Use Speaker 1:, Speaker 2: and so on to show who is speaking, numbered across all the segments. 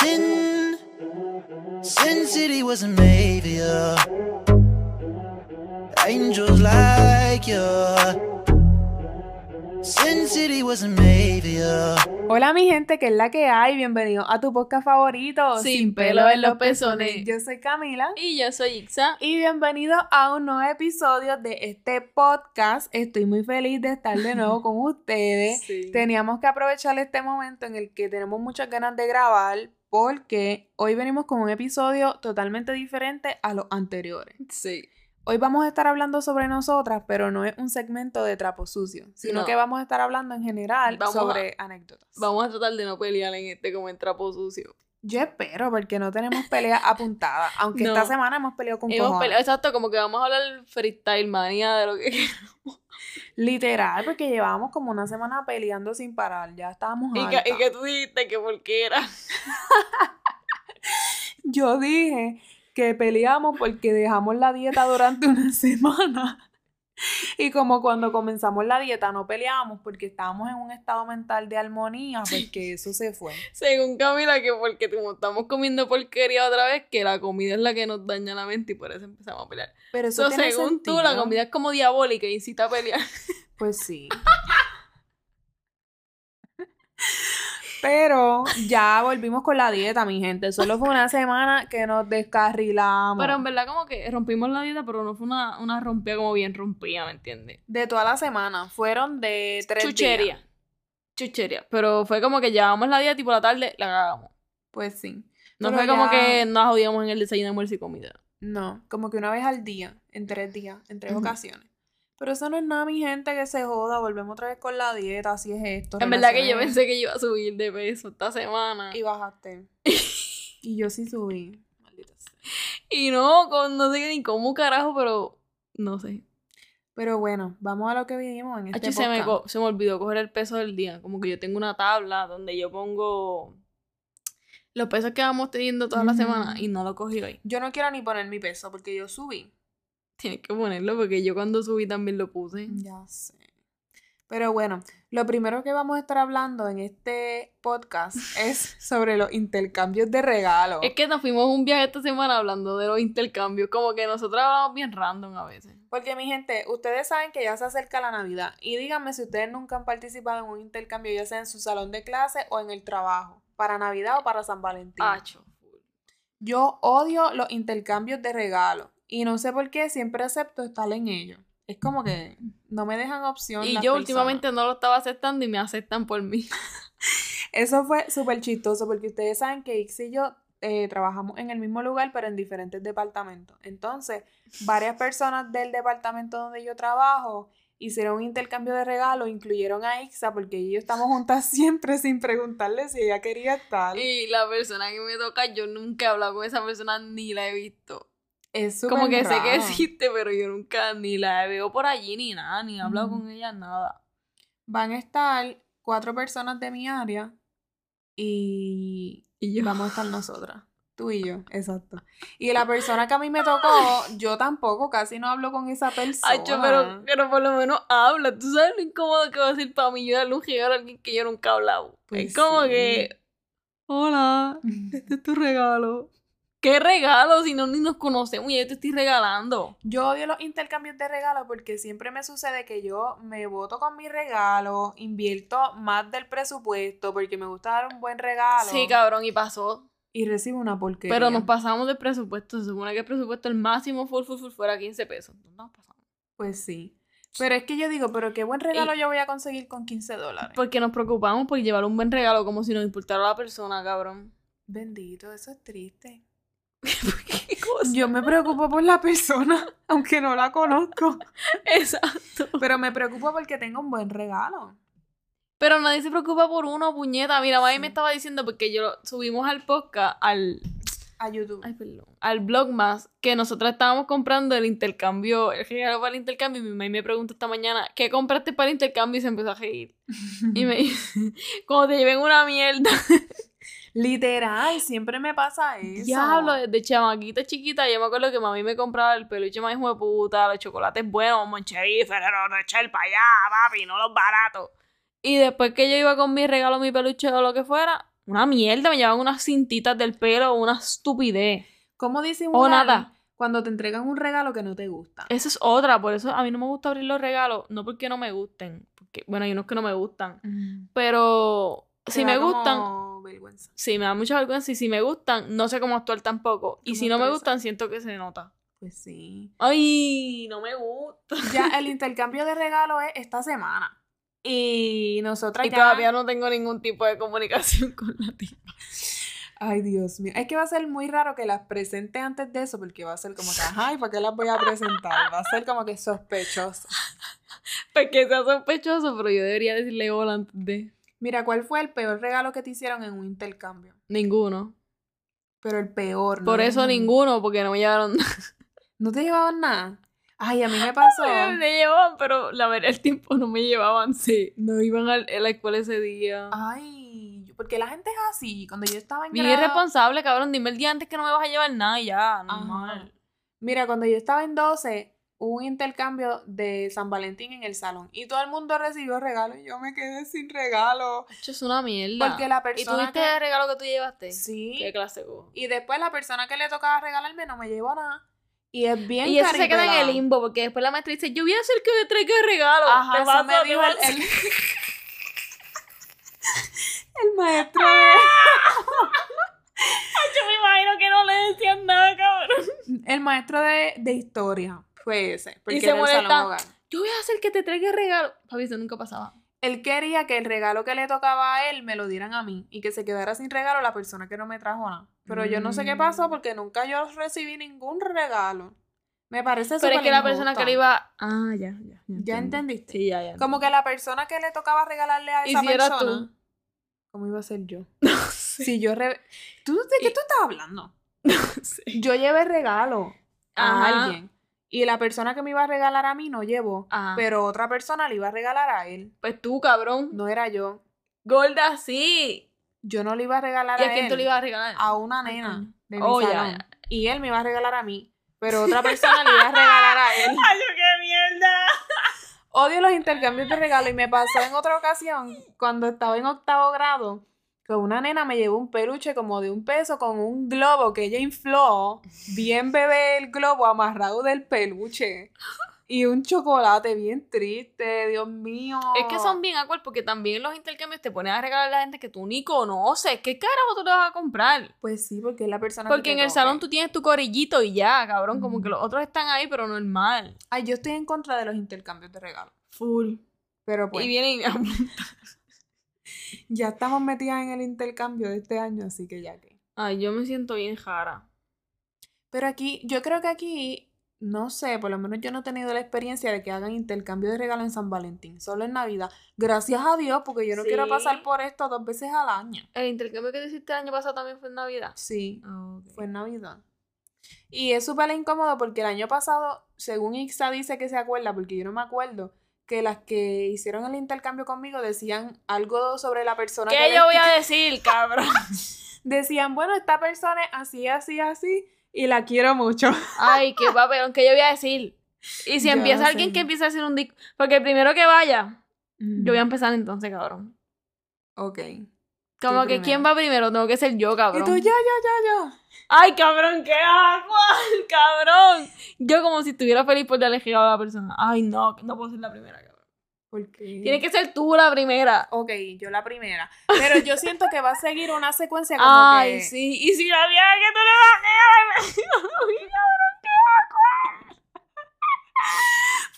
Speaker 1: Sin, Sin City was a maybe. yeah. Angels like you. Sin City was a maybe. yeah.
Speaker 2: Hola mi gente, que es la que hay. Bienvenido a tu podcast favorito.
Speaker 3: Sin pelo en los pezones.
Speaker 2: Yo soy Camila.
Speaker 3: Y yo soy Ixa.
Speaker 2: Y bienvenido a un nuevo episodio de este podcast. Estoy muy feliz de estar de nuevo con ustedes. Teníamos que aprovechar este momento en el que tenemos muchas ganas de grabar porque hoy venimos con un episodio totalmente diferente a los anteriores.
Speaker 3: Sí.
Speaker 2: Hoy vamos a estar hablando sobre nosotras, pero no es un segmento de trapo sucio, sino
Speaker 3: No.
Speaker 2: que vamos a estar hablando en general
Speaker 3: Vamos
Speaker 2: sobre anécdotas.
Speaker 3: Vamos a tratar de no pelear en este como en trapo sucio.
Speaker 2: Yo espero, porque no tenemos pelea apuntada. Aunque
Speaker 3: No.
Speaker 2: esta semana hemos peleado con
Speaker 3: Hemos
Speaker 2: cojones.
Speaker 3: peleado, exacto, como que vamos a hablar freestyle manía de lo que
Speaker 2: Literal, porque llevábamos como una semana peleando sin parar. Ya estábamos
Speaker 3: y,
Speaker 2: hartas.
Speaker 3: que, y que tú dijiste que porque era.
Speaker 2: Yo dije que peleamos porque dejamos la dieta durante una semana. Y como cuando comenzamos la dieta no peleábamos porque estábamos en un estado mental de armonía, porque eso se fue.
Speaker 3: Según Camila, que porque como estamos comiendo porquería otra vez, que la comida es la que nos daña la mente y por eso empezamos a pelear.
Speaker 2: Pero eso
Speaker 3: So,
Speaker 2: tiene
Speaker 3: según tú,
Speaker 2: sentido.
Speaker 3: la comida es como diabólica e incita a pelear.
Speaker 2: Pues sí. Pero ya volvimos con la dieta, mi gente. Solo fue una semana que nos descarrilamos.
Speaker 3: Pero en verdad como que rompimos la dieta, pero no fue una, una rompida como bien rompida, ¿me entiendes?
Speaker 2: de toda la semana. Fueron de tres días.
Speaker 3: Chuchería. Chuchería. Pero fue como que llevamos la dieta y por la tarde la cagamos.
Speaker 2: Pues sí.
Speaker 3: No
Speaker 2: Pero
Speaker 3: fue como
Speaker 2: ya-
Speaker 3: que nos jodíamos en el desayuno, almuerzo y comida.
Speaker 2: No, como que una vez al día, en tres días, en tres
Speaker 3: Ujú.
Speaker 2: ocasiones. Pero eso no es nada, mi gente, que se joda. Volvemos otra vez con la dieta, así es esto.
Speaker 3: En verdad que yo
Speaker 2: relaciones-
Speaker 3: pensé que yo iba a subir de peso esta semana.
Speaker 2: Y bajaste. y yo sí subí. Maldita sea.
Speaker 3: Y no, con, no sé ni cómo carajo, pero no sé.
Speaker 2: Pero bueno, vamos a lo que vivimos en este
Speaker 3: H, se, me,
Speaker 2: podcast.
Speaker 3: co- se me olvidó coger el peso del día. Como que yo tengo una tabla donde yo pongo los pesos que vamos teniendo toda la
Speaker 2: Ujú.
Speaker 3: semana y no lo cogí hoy.
Speaker 2: Yo no quiero ni poner mi peso porque yo subí.
Speaker 3: Tienes que ponerlo porque yo cuando subí también lo puse.
Speaker 2: Ya sé. Pero bueno, lo primero que vamos a estar hablando en este podcast es sobre los intercambios de regalos.
Speaker 3: Es que nos fuimos un viaje esta semana hablando de los intercambios, como que nosotros hablamos bien random a veces.
Speaker 2: Porque mi gente, ustedes saben que ya se acerca la Navidad. Y díganme si ustedes nunca han participado en un intercambio, ya sea en su salón de clase o en el trabajo, para Navidad o para San Valentín.
Speaker 3: Acho.
Speaker 2: Yo odio los intercambios de regalos. Y no sé por qué siempre acepto estar en ellos. Es como que no me dejan opción.
Speaker 3: Y yo
Speaker 2: las personas.
Speaker 3: últimamente no lo estaba aceptando y me aceptan por mí.
Speaker 2: Eso fue súper chistoso porque ustedes saben que Ix y yo eh, trabajamos en el mismo lugar, pero en diferentes departamentos. Entonces, varias personas del departamento donde yo trabajo hicieron un intercambio de regalos, incluyeron a Ixa porque ella y yo estamos juntas siempre sin preguntarle si ella quería estar.
Speaker 3: Y la persona que me toca, yo nunca he hablado con esa persona ni la he visto.
Speaker 2: Es súper
Speaker 3: Como que sé que
Speaker 2: raro.
Speaker 3: existe, pero yo nunca ni la veo por allí ni nada, ni he hablado
Speaker 2: Ujú.
Speaker 3: con ella nada.
Speaker 2: Van a estar cuatro personas de mi área y
Speaker 3: Y yo,
Speaker 2: vamos a estar nosotras. Tú y yo, exacto. Y la persona que a mí me tocó, yo tampoco, casi no hablo con esa persona.
Speaker 3: Acho, pero, pero por lo menos habla. Tú sabes lo incómodo que va a ser para mí yo darle un regalo a alguien que yo nunca he hablado.
Speaker 2: Pues
Speaker 3: es como
Speaker 2: sí.
Speaker 3: que, hola, Este es tu regalo. ¿Qué regalo? Si no ni nos conocemos y yo te estoy regalando.
Speaker 2: Yo odio los intercambios de regalos porque siempre me sucede que yo me voto con mis regalos, invierto más del presupuesto porque me gusta dar un buen regalo
Speaker 3: Sí, cabrón, y pasó.
Speaker 2: y recibo una porquería.
Speaker 3: Pero nos pasamos del presupuesto. Se supone que el presupuesto, el máximo full, full, full, fuera 15 pesos. No nos pasamos.
Speaker 2: Pues sí. Pero es que yo digo, pero qué buen regalo yo voy a conseguir con 15 dólares.
Speaker 3: Porque nos preocupamos por llevar un buen regalo como si nos importara la persona, cabrón.
Speaker 2: Bendito, eso es triste.
Speaker 3: ¿Qué cosa?
Speaker 2: Yo me preocupo por la persona, aunque no la conozco.
Speaker 3: Exacto.
Speaker 2: Pero me preocupo porque tenga un buen regalo.
Speaker 3: Pero nadie se preocupa por uno, puñeta. Mira, May
Speaker 2: Sí.
Speaker 3: me estaba diciendo porque yo subimos al podcast, al,
Speaker 2: A YouTube.
Speaker 3: Ay, perdón. Al blog más que nosotras estábamos comprando el intercambio, el regalo para el intercambio. Y mi mamá me preguntó esta mañana, ¿qué compraste para el intercambio? Y se empezó a reír. Y me dice, como te lleven una mierda.
Speaker 2: Literal, siempre me pasa eso.
Speaker 3: Diablo, desde chamaquita chiquita, yo me acuerdo que mami me compraba el peluche más hijo de puta, los chocolates buenos, moncheríferos, rechel para allá, papi, no los baratos. Y después que yo iba con mi regalo, mi peluche o lo que fuera, Una mierda, me llevaban unas cintitas del pelo, una estupidez.
Speaker 2: ¿Cómo disimular
Speaker 3: O nada. Eh,
Speaker 2: cuando te entregan un regalo que no te gusta?
Speaker 3: Esa es otra, por eso a mí no me gusta abrir los regalos, no porque no me gusten, porque, bueno, hay unos que no me gustan, pero
Speaker 2: Mm. Te
Speaker 3: si
Speaker 2: da
Speaker 3: me
Speaker 2: como
Speaker 3: gustan,
Speaker 2: vergüenza.
Speaker 3: sí, me da mucha vergüenza y si me gustan, no sé cómo actuar tampoco. Y
Speaker 2: Como
Speaker 3: si no me
Speaker 2: estresa.
Speaker 3: gustan, siento que se nota.
Speaker 2: Pues sí.
Speaker 3: Ay, no me gusta.
Speaker 2: Ya el intercambio de regalos es esta semana. Y nosotras
Speaker 3: Y
Speaker 2: ya...
Speaker 3: todavía no tengo ningún tipo de comunicación con la tía.
Speaker 2: Ay, Dios mío. Es que va a ser muy raro que las presente antes de eso, porque va a ser como que, ay, ¿para qué las voy a presentar? Va a ser como que sospechoso.
Speaker 3: Porque Pues sea sospechoso, pero yo debería decirle hola antes de
Speaker 2: Mira, ¿cuál fue el peor regalo que te hicieron en un intercambio?
Speaker 3: ninguno.
Speaker 2: Pero el peor. no
Speaker 3: Por
Speaker 2: es
Speaker 3: eso
Speaker 2: un-
Speaker 3: ninguno, porque no me llevaron nada.
Speaker 2: ¿No te llevaban nada? Ay, a mí me pasó.
Speaker 3: Me llevaban, pero la verdad el tiempo no me llevaban, sí. No iban al- a la escuela ese día.
Speaker 2: Ay, yo- porque la gente es así. Cuando yo estaba en
Speaker 3: Bien
Speaker 2: grado-
Speaker 3: irresponsable, cabrón. Dime el día antes que no me vas a llevar nada y ya,
Speaker 2: Ajá.
Speaker 3: normal.
Speaker 2: Mira, cuando yo estaba en 12, hubo un intercambio de San Valentín en el salón. Y todo el mundo recibió regalos. Y yo me quedé sin regalo.
Speaker 3: Esto es una mierda.
Speaker 2: Porque la
Speaker 3: ¿Y
Speaker 2: persona.
Speaker 3: tuviste
Speaker 2: que-
Speaker 3: el regalo que tú llevaste?
Speaker 2: Sí.
Speaker 3: Qué clase hubo?
Speaker 2: Y después la persona que le tocaba regalarme no me llevó nada. Y es bien
Speaker 3: Y eso se queda en
Speaker 2: caripelada.
Speaker 3: el limbo, porque después la maestra dice, yo voy a hacer que me traiga el regalo.
Speaker 2: Ajá,
Speaker 3: Te
Speaker 2: eso
Speaker 3: paso,
Speaker 2: me
Speaker 3: te
Speaker 2: dijo
Speaker 3: paso.
Speaker 2: el, el... el maestro. de-
Speaker 3: Yo me imagino que no le decían nada, cabrón.
Speaker 2: El maestro de, de historia fue ese. Porque
Speaker 3: se
Speaker 2: era el
Speaker 3: molesta.
Speaker 2: salón hogar.
Speaker 3: Yo voy a hacer que te traiga el regalo. Papi, eso nunca pasaba.
Speaker 2: Él quería que el regalo que le tocaba a él me lo dieran a mí y que se quedara sin regalo la persona que no me trajo nada. Pero yo no sé qué pasó
Speaker 3: Mm.
Speaker 2: porque nunca yo recibí ningún regalo. Me parece
Speaker 3: Pero es que la
Speaker 2: superinjusto.
Speaker 3: persona que le iba... Ah, ya, ya.
Speaker 2: Ya
Speaker 3: entiendo.
Speaker 2: entendiste.
Speaker 3: Sí, ya, ya.
Speaker 2: Como que la persona que le tocaba regalarle a
Speaker 3: ¿Y
Speaker 2: esa
Speaker 3: si eras
Speaker 2: persona.
Speaker 3: tú?
Speaker 2: ¿Cómo iba a ser yo?
Speaker 3: Sí.
Speaker 2: Si yo re- ¿Tú de qué
Speaker 3: Y-
Speaker 2: tú estás hablando? Yo llevé regalo a
Speaker 3: Ajá.
Speaker 2: alguien y la persona que me iba a regalar a mí no llevó,
Speaker 3: Ajá.
Speaker 2: pero otra persona le iba a regalar a él.
Speaker 3: Pues tú, cabrón.
Speaker 2: No era yo.
Speaker 3: Gorda, sí.
Speaker 2: Yo no le iba a regalar
Speaker 3: ¿Y
Speaker 2: a,
Speaker 3: a quién
Speaker 2: él,
Speaker 3: tú le ibas a regalar?
Speaker 2: a una
Speaker 3: Ay,
Speaker 2: nena
Speaker 3: coño.
Speaker 2: de mi
Speaker 3: Oh, ya,
Speaker 2: salón.
Speaker 3: ya.
Speaker 2: Y él me iba a regalar a mí, pero otra persona le iba a regalar a él.
Speaker 3: ¡Ay, yo qué mierda!
Speaker 2: Odio los intercambios de regalo y me pasó en otra ocasión cuando estaba en octavo grado que una nena me llevó un peluche como de un peso con un globo que ella infló, bien bebé el globo amarrado del peluche y un chocolate bien triste, Dios mío.
Speaker 3: Es que
Speaker 2: Oh.
Speaker 3: son bien acuerdos porque también en los intercambios te ponen a regalar a la gente que tú ni conoces. ¿Qué carajo tú le vas a comprar?
Speaker 2: Pues sí, porque es la persona que te
Speaker 3: Porque en el
Speaker 2: toque.
Speaker 3: salón tú tienes tu corillito y ya, cabrón. Como
Speaker 2: Ujú.
Speaker 3: que los otros están ahí, pero normal.
Speaker 2: Ay, yo estoy en contra de los intercambios de regalo.
Speaker 3: Full.
Speaker 2: Pero pues
Speaker 3: Y vienen.
Speaker 2: ya estamos metidas en el intercambio de este año, así que ya que.
Speaker 3: Ay, yo me siento bien jara.
Speaker 2: Pero aquí, yo creo que aquí, no sé, por lo menos yo no he tenido la experiencia de que hagan intercambio de regalo en San Valentín, solo en Navidad. Gracias a Dios, porque yo no quiero
Speaker 3: Sí.
Speaker 2: pasar por esto dos veces al año.
Speaker 3: El intercambio que te hiciste el año pasado también fue en Navidad.
Speaker 2: Sí, fue
Speaker 3: Fue-
Speaker 2: en Navidad. Y es súper incómodo porque el año pasado, según Ixa dice que se acuerda, porque yo no me acuerdo, que las que hicieron el intercambio conmigo decían algo sobre la persona que
Speaker 3: ¿Qué
Speaker 2: les
Speaker 3: yo voy a decir, cabrón?
Speaker 2: decían, bueno, esta persona es así, así, así, y la quiero mucho.
Speaker 3: Ay, qué papelón, ¿qué yo voy a decir? Y si
Speaker 2: Ya
Speaker 3: empieza
Speaker 2: sé.
Speaker 3: alguien que empieza a decir un dic... Porque el primero que vaya, yo voy a empezar entonces, cabrón.
Speaker 2: Ok.
Speaker 3: Como
Speaker 2: Tú
Speaker 3: que
Speaker 2: primero.
Speaker 3: ¿quién va primero? Tengo que ser yo,
Speaker 2: Y
Speaker 3: cabrón.
Speaker 2: tú, ya, ya, ya, ya.
Speaker 3: Ay, cabrón, ¿qué hago? Ay, cabrón. Yo como si estuviera feliz por darle regalo a la persona. Ay, no, no puedo ser la primera, cabrón.
Speaker 2: Porque...
Speaker 3: Tienes que ser tú la primera.
Speaker 2: Ok, yo la primera. Pero yo siento que va a seguir una secuencia como
Speaker 3: Ay,
Speaker 2: que...
Speaker 3: sí. Y si la vieja que tú le vas a regalar, Ay, cabrón,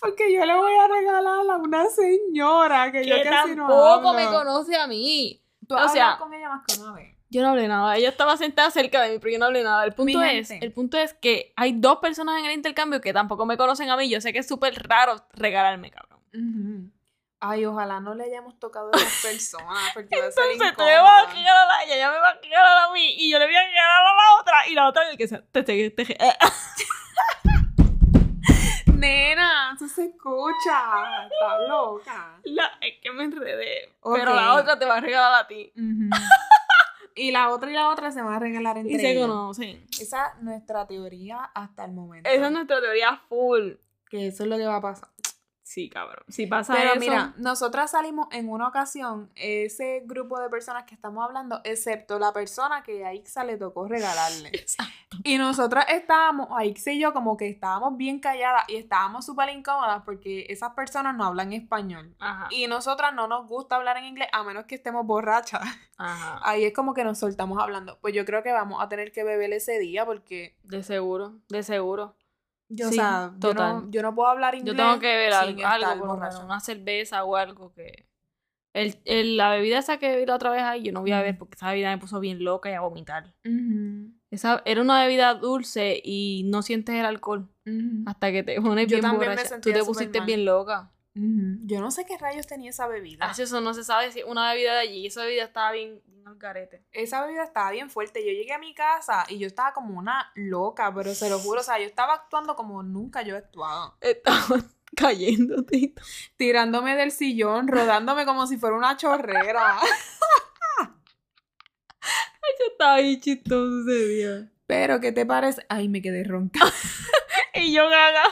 Speaker 3: ¿qué
Speaker 2: Porque yo le voy a regalar a una señora que, yo
Speaker 3: hago? Que
Speaker 2: casi no
Speaker 3: tampoco
Speaker 2: hablo.
Speaker 3: me conoce a mí.
Speaker 2: Tú
Speaker 3: o
Speaker 2: hablas
Speaker 3: sea-
Speaker 2: con ella más que una vez.
Speaker 3: Yo no hablé nada. Ella estaba sentada cerca de mí, pero yo no hablé nada. El punto
Speaker 2: Mi
Speaker 3: es,
Speaker 2: gente.
Speaker 3: el punto es que hay dos personas en el intercambio que tampoco me conocen a mí. Yo sé que es súper raro regalarme, cabrón.
Speaker 2: Ay, ojalá no le hayamos tocado a esas personas porque va a ser
Speaker 3: Entonces tú le vas a
Speaker 2: incómodo.
Speaker 3: regalar a ella, ella me va a regalar a mí y yo le voy a regalar a la otra y la otra que se te, te, te- eh,
Speaker 2: Nena, eso se escucha. Está loca.
Speaker 3: la- es que me enredé.
Speaker 2: Ok.
Speaker 3: Pero la otra te va a regalar a ti.
Speaker 2: Ujú. Y la otra y la otra se van a regalar entre
Speaker 3: Y se
Speaker 2: ellas.
Speaker 3: conocen.
Speaker 2: Esa es nuestra teoría hasta el momento.
Speaker 3: Esa es nuestra teoría full.
Speaker 2: Que eso es lo que va a pasar.
Speaker 3: Sí, cabrón. Si pasa
Speaker 2: Pero
Speaker 3: eso.
Speaker 2: mira, nosotras salimos en una ocasión, ese grupo de personas que estamos hablando, excepto la persona que a Ixa le tocó regalarle. Y nosotras estábamos, a Ixa y yo, como que estábamos bien calladas y estábamos súper incómodas porque esas personas no hablan español.
Speaker 3: Ajá.
Speaker 2: Y nosotras no nos gusta hablar en inglés a menos que estemos borrachas.
Speaker 3: Ajá.
Speaker 2: Ahí es como que nos soltamos hablando. Pues yo creo que vamos a tener que beber ese día porque,
Speaker 3: De seguro, de seguro.
Speaker 2: yo, o
Speaker 3: Sí,
Speaker 2: sea, yo
Speaker 3: total.
Speaker 2: no, yo no puedo hablar inglés.
Speaker 3: Yo tengo que ver
Speaker 2: sin
Speaker 3: algo,
Speaker 2: estar
Speaker 3: algo por lo menos,
Speaker 2: borracha.
Speaker 3: una cerveza o algo que... El, el- la bebida esa que bebí la otra vez ahí, yo no voy a ver
Speaker 2: Ujú.
Speaker 3: porque esa bebida me puso bien loca y a vomitar.
Speaker 2: Ujú,
Speaker 3: Esa, era una bebida dulce y no sientes el alcohol
Speaker 2: ujú.
Speaker 3: hasta que te pones
Speaker 2: Yo
Speaker 3: bien
Speaker 2: también me
Speaker 3: borracha. Tú
Speaker 2: sentía
Speaker 3: te
Speaker 2: súper
Speaker 3: pusiste
Speaker 2: mal.
Speaker 3: bien loca.
Speaker 2: Ujú. Yo no sé qué rayos tenía esa bebida.
Speaker 3: Así eso no se sabe si es una bebida de allí. Esa bebida estaba bien, bien al garete.
Speaker 2: Esa bebida estaba bien fuerte. Yo llegué a mi casa y yo estaba como una loca, pero se lo juro, o sea, yo estaba actuando como nunca yo he actuado.
Speaker 3: Estaba cayéndote.
Speaker 2: Tirándome del sillón, rodándome como si fuera una chorrera.
Speaker 3: Yo estaba bien chistoso ese día.
Speaker 2: Pero, ¿qué te parece? Ay, me quedé ronca.
Speaker 3: Y yo gaga.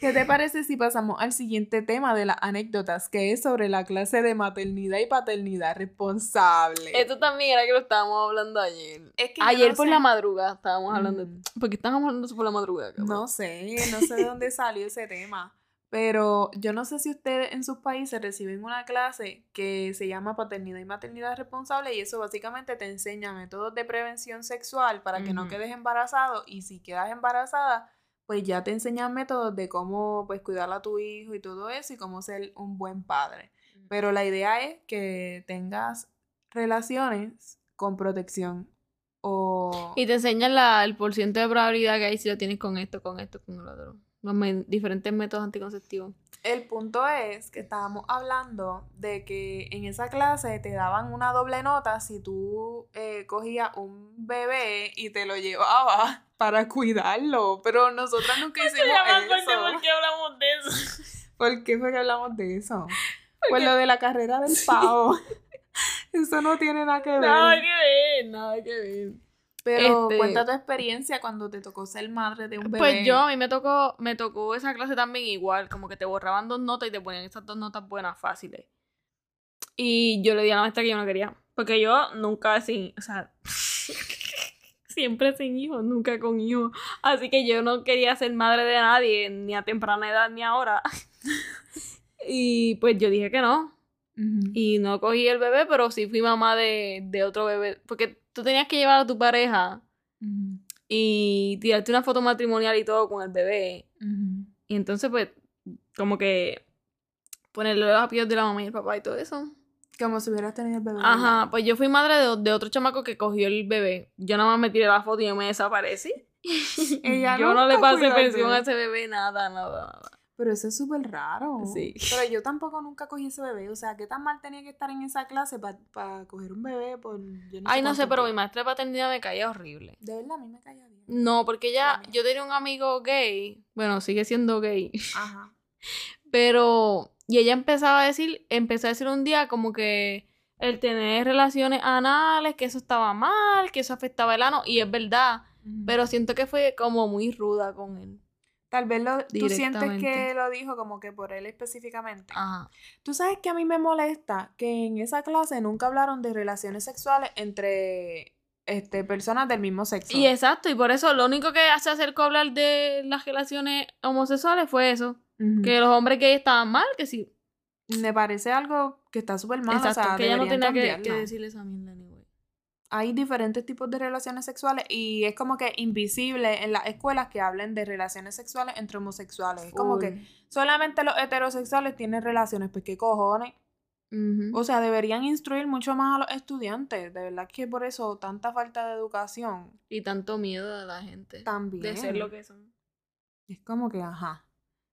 Speaker 2: ¿Qué te parece si pasamos al siguiente tema de las anécdotas, que es sobre la clase de maternidad y paternidad responsable?
Speaker 3: Esto también era que lo estábamos hablando ayer.
Speaker 2: Es que yo
Speaker 3: Ayer
Speaker 2: no
Speaker 3: por
Speaker 2: sé-
Speaker 3: la madrugada estábamos hablando.
Speaker 2: Mm.
Speaker 3: de Porque estábamos hablando de eso por la madrugada. cabrón?
Speaker 2: No sé, no sé de dónde salió ese tema. Pero yo no sé si ustedes en sus países reciben una clase que se llama paternidad y maternidad responsable y eso básicamente te enseña métodos de prevención sexual para que no
Speaker 3: Ujú.
Speaker 2: quedes embarazado y si quedas embarazada, pues ya te enseñan métodos de cómo pues cuidar a tu hijo y todo eso y cómo ser un buen padre. Pero la idea es que tengas relaciones con protección o
Speaker 3: Y te enseñan la, el porcentaje de probabilidad que hay si lo tienes con esto, con esto, con el otro. Los me- diferentes métodos anticonceptivos.
Speaker 2: El punto es que estábamos hablando de que en esa clase te daban una doble nota si tú eh, cogías un bebé y te lo llevabas para cuidarlo, pero nosotras nunca hicimos eso.
Speaker 3: hablamos de eso.
Speaker 2: ¿Por qué fue que hablamos de eso? Pues lo de la carrera del pavo. Eso no tiene nada que ver.
Speaker 3: ver, nada que ver.
Speaker 2: pero
Speaker 3: Este-
Speaker 2: cuenta tu experiencia cuando te tocó ser madre de un bebé.
Speaker 3: Pues yo, a mí me tocó, me tocó esa clase también igual, como que te borraban dos notas y te ponían esas dos notas buenas, fáciles. Y yo le di a la maestra que yo no quería, porque yo nunca sin, o sea, siempre sin hijos, nunca con hijos. Así que yo no quería ser madre de nadie, ni a temprana edad ni ahora. y pues yo dije que no,
Speaker 2: Ujú.
Speaker 3: y no cogí el bebé, pero sí fui mamá de, de otro bebé, porque tú tenías que llevar a tu pareja
Speaker 2: Ujú.
Speaker 3: y tirarte una foto matrimonial y todo con el bebé.
Speaker 2: Ujú.
Speaker 3: Y entonces, pues, como que ponerle los apellidos de la mamá y el papá y todo eso.
Speaker 2: Como si hubieras tenido el bebé.
Speaker 3: Ajá, pues yo fui madre de, de otro chamaco que cogió el bebé. Yo nada más me tiré la foto y yo me desaparecí.
Speaker 2: Ella
Speaker 3: yo no le
Speaker 2: nunca
Speaker 3: pasé
Speaker 2: cuidó al
Speaker 3: pensión
Speaker 2: bebé.
Speaker 3: a ese bebé, nada, nada, nada.
Speaker 2: Pero eso es súper raro.
Speaker 3: Sí.
Speaker 2: Pero yo tampoco nunca cogí ese bebé. O sea, ¿qué tan mal tenía que estar en esa clase para coger un bebé? Por, yo
Speaker 3: Ay, no sé,
Speaker 2: cuánto
Speaker 3: pero mi
Speaker 2: tiempo?
Speaker 3: maestra de paternidad me caía horrible.
Speaker 2: De verdad, a mí me caía bien.
Speaker 3: No, porque
Speaker 2: La
Speaker 3: ella,
Speaker 2: mía.
Speaker 3: yo tenía un amigo gay, bueno, sigue siendo gay,
Speaker 2: Ajá.
Speaker 3: Pero, y ella empezaba a decir, empezó a decir un día como que el tener relaciones anales, que eso estaba mal, que eso afectaba el ano, y es verdad,
Speaker 2: Ujú.
Speaker 3: pero siento que fue como muy ruda con él.
Speaker 2: Tal vez lo, tú sientes que
Speaker 3: Directamente. Ah.
Speaker 2: lo dijo como que por él específicamente.
Speaker 3: Ajá.
Speaker 2: Tú sabes que a mí me molesta que en esa clase nunca hablaron de relaciones sexuales entre este, personas del mismo sexo.
Speaker 3: Y exacto, y por eso lo único que se acercó a hablar de las relaciones homosexuales fue eso,
Speaker 2: Ujú.
Speaker 3: que los hombres gays estaban mal, que sí.
Speaker 2: Me parece algo que está súper mal.
Speaker 3: exacto,
Speaker 2: o sea,
Speaker 3: que ella no
Speaker 2: deberían
Speaker 3: tenía que, que
Speaker 2: cambiarlo.
Speaker 3: decirle esa mierda, anyway.
Speaker 2: hay diferentes tipos de relaciones sexuales y es como que invisible en las escuelas que hablen de relaciones sexuales entre homosexuales. Es como que
Speaker 3: Full.
Speaker 2: solamente los heterosexuales tienen relaciones, pues qué cojones.
Speaker 3: Ujú.
Speaker 2: O sea, deberían instruir mucho más a los estudiantes. De verdad que por eso tanta falta de educación
Speaker 3: Y tanto miedo de la gente
Speaker 2: también.
Speaker 3: de ser lo que son.
Speaker 2: Es como que, ajá.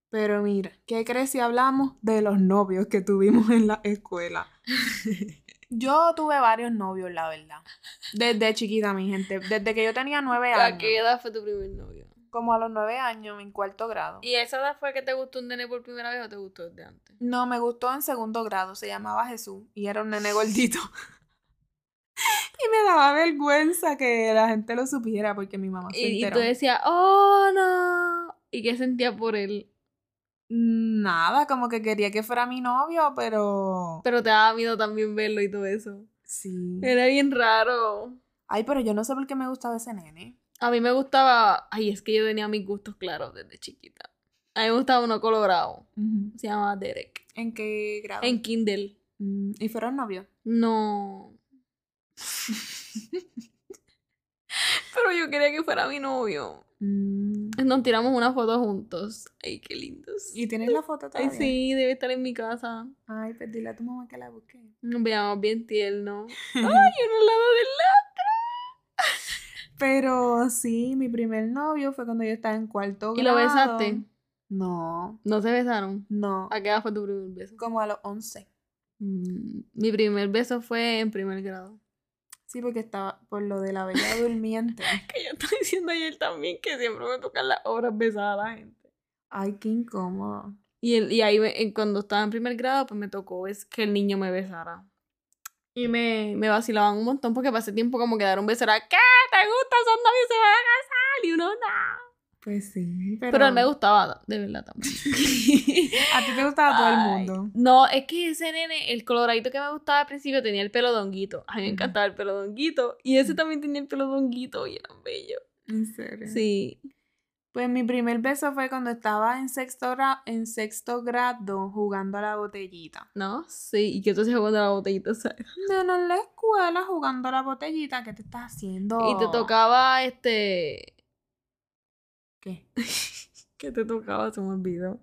Speaker 2: Pero mira, ¿qué crees si hablamos de los novios que tuvimos en la escuela? Yo tuve varios novios, la verdad. Desde chiquita, mi gente. Desde que yo tenía nueve años.
Speaker 3: ¿A qué edad fue tu primer novio?
Speaker 2: Como a los nueve años, en cuarto grado.
Speaker 3: ¿Y esa edad fue que te gustó un nene por primera vez o te gustó desde antes?
Speaker 2: No, me gustó en segundo grado. Se llamaba Jesús y era un nene gordito. y me daba vergüenza que la gente lo supiera porque mi mamá se
Speaker 3: Y, y tú
Speaker 2: enteró.
Speaker 3: decías, oh no. ¿Y qué sentías por él?
Speaker 2: Nada, como que quería que fuera mi novio, pero...
Speaker 3: Pero te daba miedo también verlo y todo eso.
Speaker 2: Sí.
Speaker 3: Era bien raro.
Speaker 2: Ay, pero yo no sé por qué me gustaba ese nene.
Speaker 3: A mí me gustaba. Ay, es que yo tenía mis gustos claros desde chiquita. A mí me gustaba uno colorado. Se llamaba Derek.
Speaker 2: ¿En qué grado?
Speaker 3: En Kindle.
Speaker 2: Mm, ¿Y fueron novios?
Speaker 3: No. Pero yo quería que fuera mi novio.
Speaker 2: Mm.
Speaker 3: Nos tiramos una foto juntos. Ay, qué lindos.
Speaker 2: ¿Y tienes la foto
Speaker 3: Ay,
Speaker 2: todavía?
Speaker 3: sí, debe estar en mi casa.
Speaker 2: Ay, pues dile a tu mamá que la busque.
Speaker 3: Nos veíamos Mm, bien tiernos. Ay, uno al lado del
Speaker 2: Pero sí, mi primer novio fue cuando yo estaba en cuarto grado.
Speaker 3: ¿Y lo besaste?
Speaker 2: No,
Speaker 3: No se besaron.
Speaker 2: no.
Speaker 3: ¿A qué edad fue tu primer beso?
Speaker 2: Como a los 11.
Speaker 3: Mm, Mi primer beso fue en primer grado.
Speaker 2: Sí, porque estaba por lo de la bella durmiente.
Speaker 3: Que yo estoy diciendo ayer también que siempre me tocan las obras besadas a la gente.
Speaker 2: Ay, qué incómodo.
Speaker 3: Y, el- y ahí me- en- cuando estaba en primer grado, pues me tocó es que el niño me besara. Y me, me vacilaban un montón porque pasé tiempo como que dar un beso era, ¿qué? ¿Te gusta? Son novios y se van a casar. Y uno, no.
Speaker 2: Pues sí, pero...
Speaker 3: Pero, él me gustaba, de verdad también.
Speaker 2: A ti te gustaba todo el
Speaker 3: Ay,
Speaker 2: mundo.
Speaker 3: No, es que ese nene, el coloradito que me gustaba al principio tenía el pelo donguito. A mí me
Speaker 2: Ujú.
Speaker 3: encantaba el pelo donguito. Y ese también tenía el pelo donguito y eran bellos.
Speaker 2: En serio.
Speaker 3: Sí.
Speaker 2: Pues mi primer beso fue cuando estaba en sexto, gra- en sexto grado jugando a la botellita.
Speaker 3: ¿No? Sí. Y que entonces jugando a la botellita, ¿sabes?
Speaker 2: No, no en la escuela jugando a la botellita, ¿qué te estás haciendo?
Speaker 3: Y te tocaba este.
Speaker 2: ¿Qué?
Speaker 3: ¿Qué te tocaba? Se me olvidó.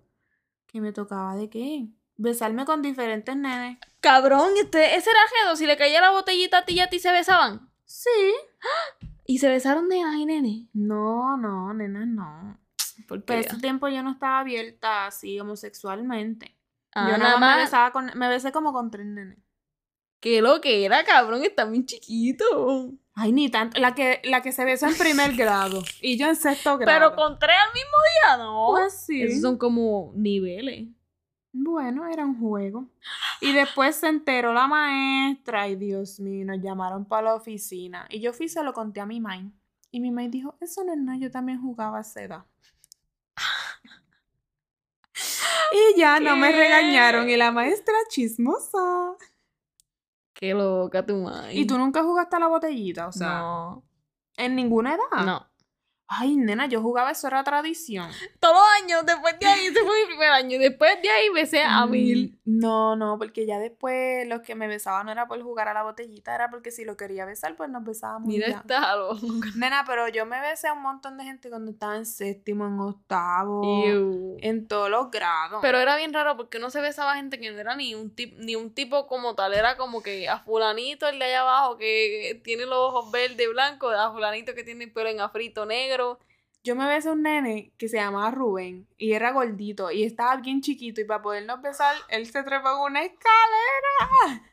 Speaker 2: ¿Que me tocaba de qué? Besarme con diferentes nenes.
Speaker 3: Cabrón, este, ese era Gedo. Si le caía la botellita a ti y a ti se besaban.
Speaker 2: Sí.
Speaker 3: Y se besaron nenas y nene.
Speaker 2: No, no, nenas, no.
Speaker 3: Porque
Speaker 2: Pero ese tiempo yo no estaba abierta así homosexualmente.
Speaker 3: ah,
Speaker 2: yo
Speaker 3: nada
Speaker 2: me
Speaker 3: más.
Speaker 2: besaba con, me besé como con tres nenes.
Speaker 3: Que lo que era, cabrón, está bien chiquito.
Speaker 2: Ay, ni tanto. La que, la que se besó en primer grado. Y yo en sexto grado.
Speaker 3: Pero con tres al mismo día, no.
Speaker 2: Pues sí.
Speaker 3: Esos son como niveles.
Speaker 2: Bueno, era un juego. Y después se enteró la maestra. Ay, Dios mío, nos llamaron para la oficina. Y yo fui y se lo conté a mi main. Y mi main dijo, eso no es nada, yo también jugaba a esa edad". Y ya no me
Speaker 3: ¿Qué?
Speaker 2: regañaron. Y la maestra chismosa.
Speaker 3: Qué loca tu madre.
Speaker 2: ¿Y tú nunca jugaste a la botellita? O sea,
Speaker 3: No.
Speaker 2: en ninguna edad.
Speaker 3: No.
Speaker 2: Ay, nena, yo jugaba, eso era tradición.
Speaker 3: Todos los años, después de ahí, ese fue mi primer año. Después de ahí besé a mil.
Speaker 2: Mm, No, no, porque ya después los que me besaban no era por jugar a la botellita, era porque si lo quería besar, pues nos besábamos. y
Speaker 3: Mira
Speaker 2: ya.
Speaker 3: esta loca.
Speaker 2: Nena, pero yo me besé a un montón de gente cuando estaba en séptimo, en octavo,
Speaker 3: Ew.
Speaker 2: en todos los grados.
Speaker 3: Pero era bien raro porque no se besaba gente que no era ni un, tip, ni un tipo como tal. Era como que a fulanito, el de allá abajo, que tiene los ojos verde, blanco, a fulanito que tiene el pelo en afrito, negro.
Speaker 2: yo me besé a un nene que se llamaba Rubén y era gordito y estaba bien chiquito y para podernos besar, él se trepó en una escalera.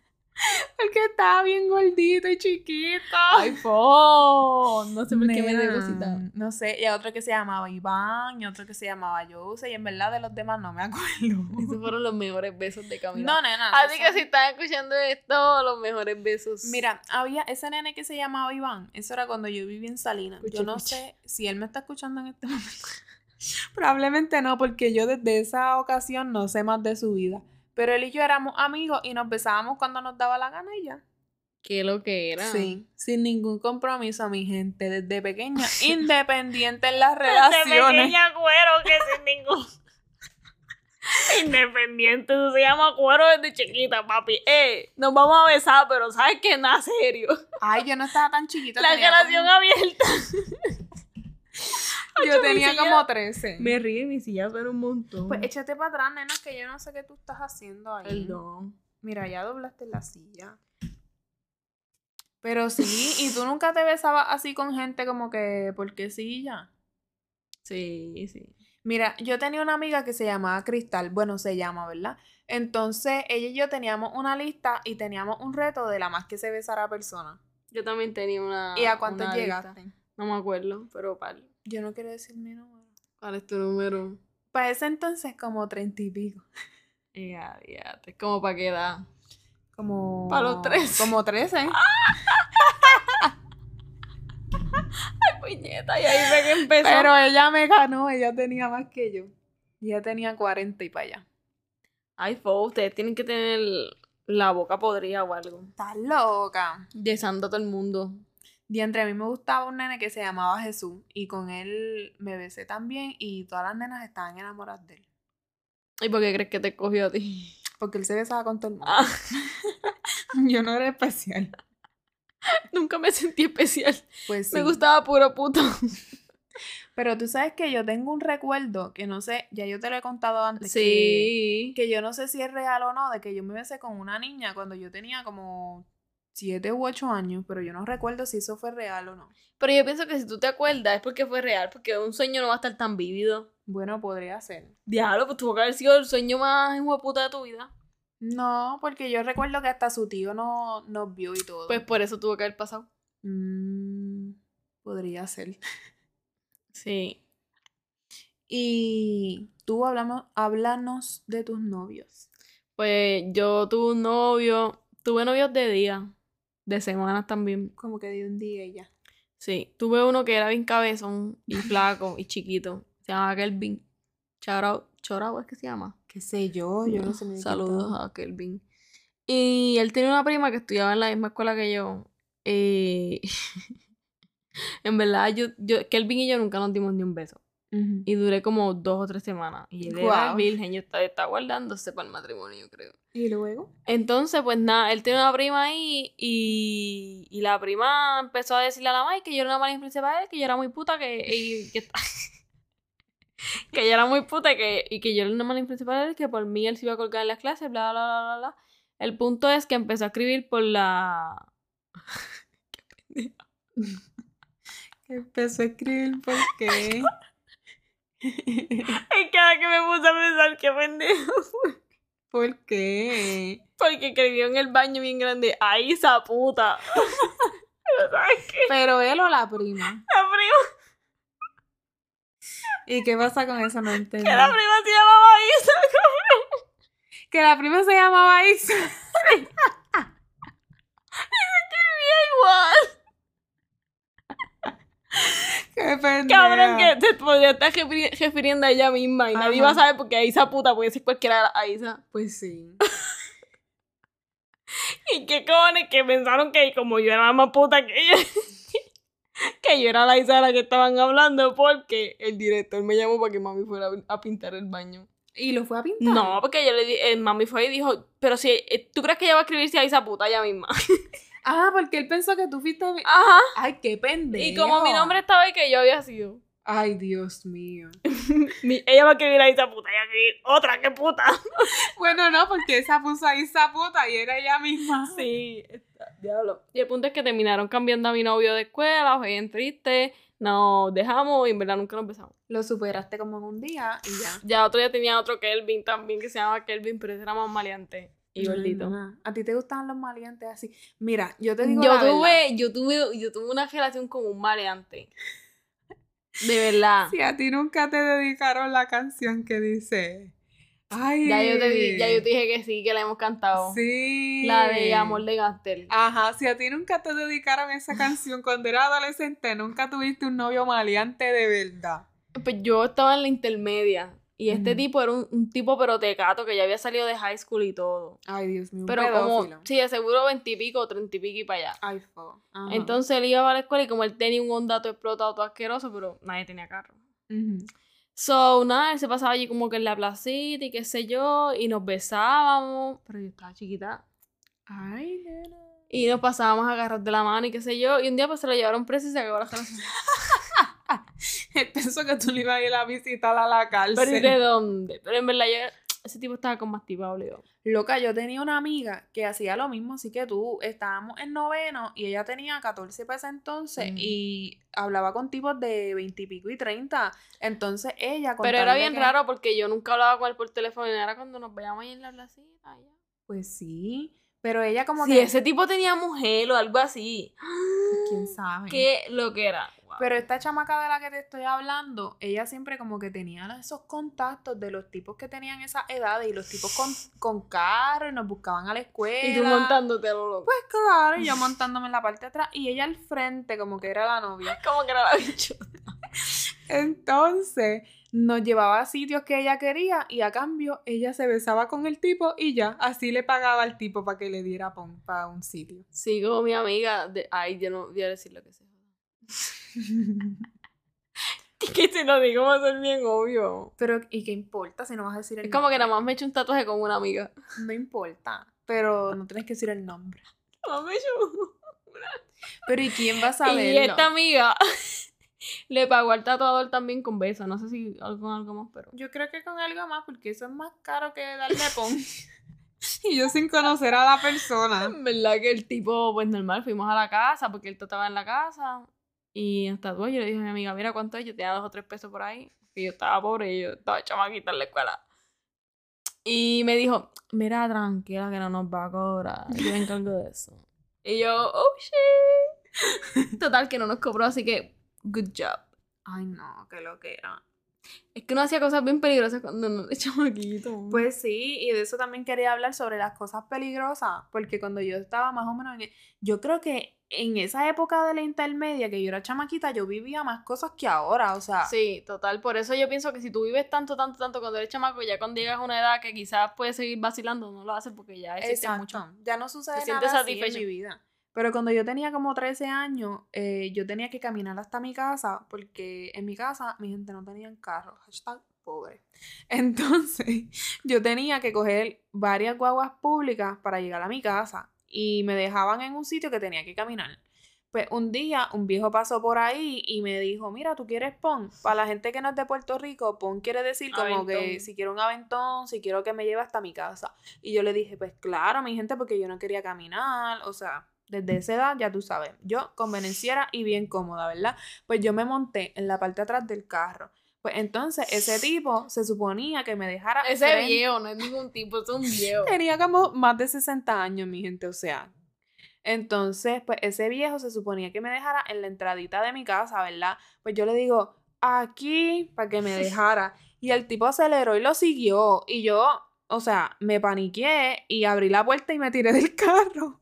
Speaker 2: Porque estaba bien gordito y chiquito.
Speaker 3: iPhone. No
Speaker 2: Nena, No sé, y a otro que se llamaba Iván, y otro que se llamaba Jose, y en verdad de los demás no me acuerdo.
Speaker 3: Esos fueron los mejores besos de Camila.
Speaker 2: No, nena.
Speaker 3: Así
Speaker 2: esos
Speaker 3: que
Speaker 2: son-
Speaker 3: si estás escuchando esto, los mejores besos.
Speaker 2: Mira, había ese nene que se llamaba Iván, eso era cuando yo vivía en Salinas.
Speaker 3: Escucha,
Speaker 2: yo no
Speaker 3: escucha.
Speaker 2: sé si él me está escuchando en este momento. Probablemente no, porque yo desde esa ocasión no sé más de su vida. Pero él y yo éramos amigos y nos besábamos cuando nos daba la gana y ya.
Speaker 3: qué lo que era.
Speaker 2: Sí, sin ningún compromiso, mi gente, desde pequeña, independiente en las
Speaker 3: Este
Speaker 2: relaciones.
Speaker 3: pequeña cuero que sin ningún. Independiente, eso se llama cuero desde chiquita, papi. Eh, nos vamos a besar, pero ¿sabes qué? Nada serio.
Speaker 2: Ay, yo no estaba tan chiquita.
Speaker 3: La
Speaker 2: tenía como-
Speaker 3: relación abierta.
Speaker 2: Yo
Speaker 3: Ocho,
Speaker 2: tenía
Speaker 3: mi silla.
Speaker 2: como 13.
Speaker 3: río y mi silla suena un montón.
Speaker 2: Pues échate para atrás, nena, que yo no sé qué tú estás haciendo ahí.
Speaker 3: Perdón.
Speaker 2: Mira, ya doblaste la silla. Pero sí, y tú nunca te besabas así con gente como que, porque sí, ya.
Speaker 3: Sí, sí.
Speaker 2: Mira, yo tenía una amiga que se llamaba Cristal, bueno, se llama, ¿verdad? Entonces, ella y yo teníamos una lista y teníamos un reto de la más que se besara persona.
Speaker 3: Yo también tenía una.
Speaker 2: ¿Y a cuántos
Speaker 3: Ah, una
Speaker 2: llegaste?
Speaker 3: lista. No me acuerdo, pero par.
Speaker 2: Yo no quiero decir mi número.
Speaker 3: ¿Cuál es tu número?
Speaker 2: Para ese entonces, como treinta y pico.
Speaker 3: Ya, ya, es como para qué edad.
Speaker 2: Como.
Speaker 3: Pa' los 13.
Speaker 2: Como
Speaker 3: ¿eh?
Speaker 2: 13.
Speaker 3: Puñeta, y ahí fue que empezó.
Speaker 2: Pero ella me ganó, ella tenía más que yo. Ya tenía 40 y para allá.
Speaker 3: Ay, fo, ustedes tienen que tener la boca podrida o algo.
Speaker 2: Estás loca.
Speaker 3: Besando a todo el mundo.
Speaker 2: Diantre, a mí me gustaba un nene que se llamaba Jesús y con él me besé también y todas las nenas estaban enamoradas de él.
Speaker 3: ¿Y por qué crees que te cogió a ti?
Speaker 2: Porque él se besaba con todo el mundo.
Speaker 3: Ah,
Speaker 2: Yo no era especial.
Speaker 3: nunca me sentí especial.
Speaker 2: Pues sí.
Speaker 3: Me gustaba puro puto.
Speaker 2: Pero tú sabes que yo tengo un recuerdo que no sé, ya yo te lo he contado antes. que-
Speaker 3: Sí.
Speaker 2: que yo no sé si es real o no, de que yo me besé con una niña cuando yo tenía como siete u ocho años, pero yo no recuerdo si eso fue real o no.
Speaker 3: Pero yo pienso que si tú te acuerdas es porque fue real, porque un sueño no va a estar tan vívido.
Speaker 2: Bueno, podría ser.
Speaker 3: Diablo, pues tuvo que haber sido el sueño más puta de tu vida.
Speaker 2: No, porque yo recuerdo que hasta su tío no, nos vio y todo.
Speaker 3: Pues por eso tuvo que haber pasado.
Speaker 2: Mm, podría ser.
Speaker 3: Sí.
Speaker 2: Y tú hablamos, háblanos de tus novios.
Speaker 3: Pues yo tuve un novio, tuve novios de día, de semanas también.
Speaker 2: Como que de un día y ya.
Speaker 3: Sí, tuve uno que era bien cabezón y flaco y chiquito. Se llamaba Kelvin. Chorao, Chorao es que se llama.
Speaker 2: ¿Qué sé yo? Oh, Yo no sé ni de qué
Speaker 3: Saludos
Speaker 2: estaba.
Speaker 3: a Kelvin. Y él tenía una prima que estudiaba en la misma escuela que yo. Eh, en verdad, yo, yo, Kelvin y yo nunca nos dimos ni un beso.
Speaker 2: Ujú.
Speaker 3: Y duré como dos o tres semanas. Y él era
Speaker 2: Guau.
Speaker 3: virgen, yo estaba, estaba guardándose para el matrimonio, yo creo.
Speaker 2: ¿Y luego?
Speaker 3: Entonces, pues nada, él tiene una prima ahí y, y la prima empezó a decirle a la Mai que yo era una mala influencia para él, que yo era muy puta, que, y- que, que yo era muy puta y que, y que yo era una mala influencia para él, que por mí él se iba a colgar en las clases, bla, bla, bla, bla, bla. El punto es que empezó a escribir por la...
Speaker 2: Empezó a escribir por qué.
Speaker 3: Y cada que me puse a pensar, qué pendejo.
Speaker 2: ¿Por qué?
Speaker 3: Porque escribió en el baño bien grande, ¡ay, esa puta! Pero ¿sabes qué?
Speaker 2: Pero él o la prima.
Speaker 3: La prima,
Speaker 2: ¿Y qué pasa con eso? No entiendo.
Speaker 3: que la prima se llamaba Isa.
Speaker 2: Que la prima se llamaba Isa.
Speaker 3: Igual.
Speaker 2: Qué pendeja.
Speaker 3: Cabrón, que te podría estar refiri- refiriendo a ella misma y nadie
Speaker 2: Ajá.
Speaker 3: va a saber porque Aisa puta puede ser cualquiera de las Aisa.
Speaker 2: Pues sí.
Speaker 3: Y qué cojones que pensaron que como yo era la más puta que ella, que yo era la Aisa de la que estaban hablando porque el director me llamó para que mami fuera a pintar el baño.
Speaker 2: ¿Y lo fue a pintar?
Speaker 3: No, porque yo le di, el mami fue y dijo, pero si eh, tú crees que ella va a escribirse Aisa puta ella misma.
Speaker 2: Ah, porque él pensó que tú fuiste a... mi-
Speaker 3: Ajá.
Speaker 2: Ay, qué pendejo.
Speaker 3: Y como mi nombre estaba ahí que yo había sido.
Speaker 2: Ay, Dios mío.
Speaker 3: mi- ella va a escribir Aisa puta, ella va a escribir otra que puta.
Speaker 2: Bueno, no, porque esa puso a Isa puta y era ella misma.
Speaker 3: Sí, está- diablo. Y el punto es que terminaron cambiando a mi novio de escuela, fue bien triste, nos dejamos y en verdad nunca nos besamos.
Speaker 2: Lo superaste como en un día y ya.
Speaker 3: Ya otro día tenía otro Kelvin también que se llamaba Kelvin, pero ese era más maleante y
Speaker 2: Ay,
Speaker 3: gordito.
Speaker 2: nena, A ti te gustaban los maleantes así. Mira, yo te digo
Speaker 3: Yo
Speaker 2: la verdad.
Speaker 3: tuve, yo tuve, yo tuve una relación con un maleante. De verdad.
Speaker 2: Si a ti nunca te dedicaron la canción que dice. Ay.
Speaker 3: Ya yo te di- ya yo te dije que sí, que la hemos cantado.
Speaker 2: Sí.
Speaker 3: La de Amor de Gaster.
Speaker 2: Ajá, si a ti nunca te dedicaron esa canción cuando eras adolescente, nunca tuviste un novio maleante de verdad.
Speaker 3: Pues yo estaba en la intermedia. Y este
Speaker 2: Ujú.
Speaker 3: tipo era un, un tipo pero tecato que ya había salido de high school y todo.
Speaker 2: Ay, Dios mío. un
Speaker 3: Pero
Speaker 2: pedófilo.
Speaker 3: como, sí, de seguro veintipico, treinta y pico y para allá.
Speaker 2: Ay, fo. Ajá.
Speaker 3: Entonces él iba a la escuela y como él tenía un Honda todo explotado, todo asqueroso, pero nadie tenía carro.
Speaker 2: Ujú.
Speaker 3: So, nada, él se pasaba allí como que en la placita y qué sé yo, y nos besábamos, pero yo estaba chiquita.
Speaker 2: Ay, nena.
Speaker 3: Y nos pasábamos a agarrar de la mano y qué sé yo, y un día pues se lo llevaron preso y se acabó la relación.
Speaker 2: Él pensó que tú le ibas a ir a visitar a la
Speaker 3: Pero ¿y
Speaker 2: cárcel.
Speaker 3: de dónde? Pero en verdad yo, ese tipo estaba con más tipa, obligado.
Speaker 2: Loca, yo tenía una amiga que hacía lo mismo, así que tú estábamos en noveno y ella tenía 14 para ese entonces
Speaker 3: Ujú.
Speaker 2: y hablaba con tipos de 20 y pico y 30. Entonces ella. con
Speaker 3: Pero
Speaker 2: tal
Speaker 3: era
Speaker 2: de
Speaker 3: bien
Speaker 2: que-
Speaker 3: raro porque yo nunca hablaba con él por teléfono, y era cuando nos veíamos ahí en la placita. allá.
Speaker 2: Pues sí, pero ella como
Speaker 3: Si
Speaker 2: que.
Speaker 3: ese tipo tenía mujer o algo así.
Speaker 2: ¿Quién sabe?
Speaker 3: Qué lo que era.
Speaker 2: Pero esta chamaca de la que te estoy hablando, ella siempre como que tenía esos contactos de los tipos que tenían esas edades y los tipos con, con carro y nos buscaban a la escuela.
Speaker 3: y tú montándote lo loco.
Speaker 2: Pues claro, y yo montándome en la parte de atrás y ella al frente como que era la novia.
Speaker 3: como que era la bichota.
Speaker 2: Entonces, nos llevaba a sitios que ella quería y a cambio ella se besaba con el tipo y ya, así le pagaba al tipo para que le diera para un sitio.
Speaker 3: Sigo mi amiga. De... Ay, yo no voy a decir lo que sea. Es que si lo digo va a ser bien obvio.
Speaker 2: Pero, ¿y qué importa si no vas a decir el
Speaker 3: Es como que nada
Speaker 2: nombre?
Speaker 3: más me he hecho un tatuaje con una amiga.
Speaker 2: No importa, pero no tienes que decir el nombre.
Speaker 3: Nada más Ah, me he hecho uno.
Speaker 2: Pero, ¿y quién va a saberlo?
Speaker 3: Y esta amiga le pagó al tatuador también con beso. No sé si algo, algo más, pero.
Speaker 2: Yo creo que con algo más, porque eso es más caro que darle pon. y yo sin conocer a la persona.
Speaker 3: En verdad que el tipo, pues normal, fuimos a la casa porque él tatuaba en la casa. Y en tatuaje yo le dije a mi amiga, mira cuánto es, yo tenía dos o tres pesos por ahí. Que yo estaba pobre y yo estaba chamaquita en la escuela. Y me dijo, mira, tranquila que no nos va a cobrar. Yo me encargo de eso. Y yo, oh shit. Total que no nos cobró, así que, good job.
Speaker 2: Ay, no, qué lo que era.
Speaker 3: Es que uno hacía cosas bien peligrosas cuando uno era chamaquito.
Speaker 2: Pues sí, y de eso también quería hablar sobre las cosas peligrosas, porque cuando yo estaba más o menos en... e, Yo creo que en esa época de la intermedia, que yo era chamaquita, yo vivía más cosas que ahora, o sea...
Speaker 3: Sí, total. Por eso yo pienso que si tú vives tanto, tanto, tanto cuando eres chamaco, ya cuando llegas a una edad que quizás puedes seguir vacilando, no lo haces porque ya existe
Speaker 2: Exacto.
Speaker 3: mucho.
Speaker 2: Ya no sucede
Speaker 3: Te sientes
Speaker 2: nada así en
Speaker 3: satisfecho.
Speaker 2: mi vida. Pero cuando yo tenía como 13 años, eh, yo tenía que caminar hasta mi casa porque en mi casa mi gente no tenía carro. Hashtag pobre. Entonces, yo tenía que coger varias guaguas públicas para llegar a mi casa y me dejaban en un sitio que tenía que caminar. Pues un día un viejo pasó por ahí y me dijo, mira, ¿tú quieres pon? Para la gente que no es de Puerto Rico, pon quiere decir como que
Speaker 3: Aventón.
Speaker 2: si quiero un aventón, si quiero que me lleve hasta mi casa. Y yo le dije, pues claro, mi gente, porque yo no quería caminar, o sea, desde esa edad ya tú sabes, yo convenenciera y bien cómoda, ¿verdad? Pues yo me monté en la parte de atrás del carro. Pues entonces ese tipo se suponía que me dejara...
Speaker 3: Ese
Speaker 2: frente-
Speaker 3: viejo no es ningún tipo, es un viejo.
Speaker 2: Tenía como más de 60 años, mi gente, o sea. Entonces, pues ese viejo se suponía que me dejara en la entradita de mi casa, ¿verdad? Pues yo le digo, aquí, para que me dejara. Y el tipo aceleró y lo siguió. Y yo, o sea, me paniqué y abrí la puerta y me tiré del carro.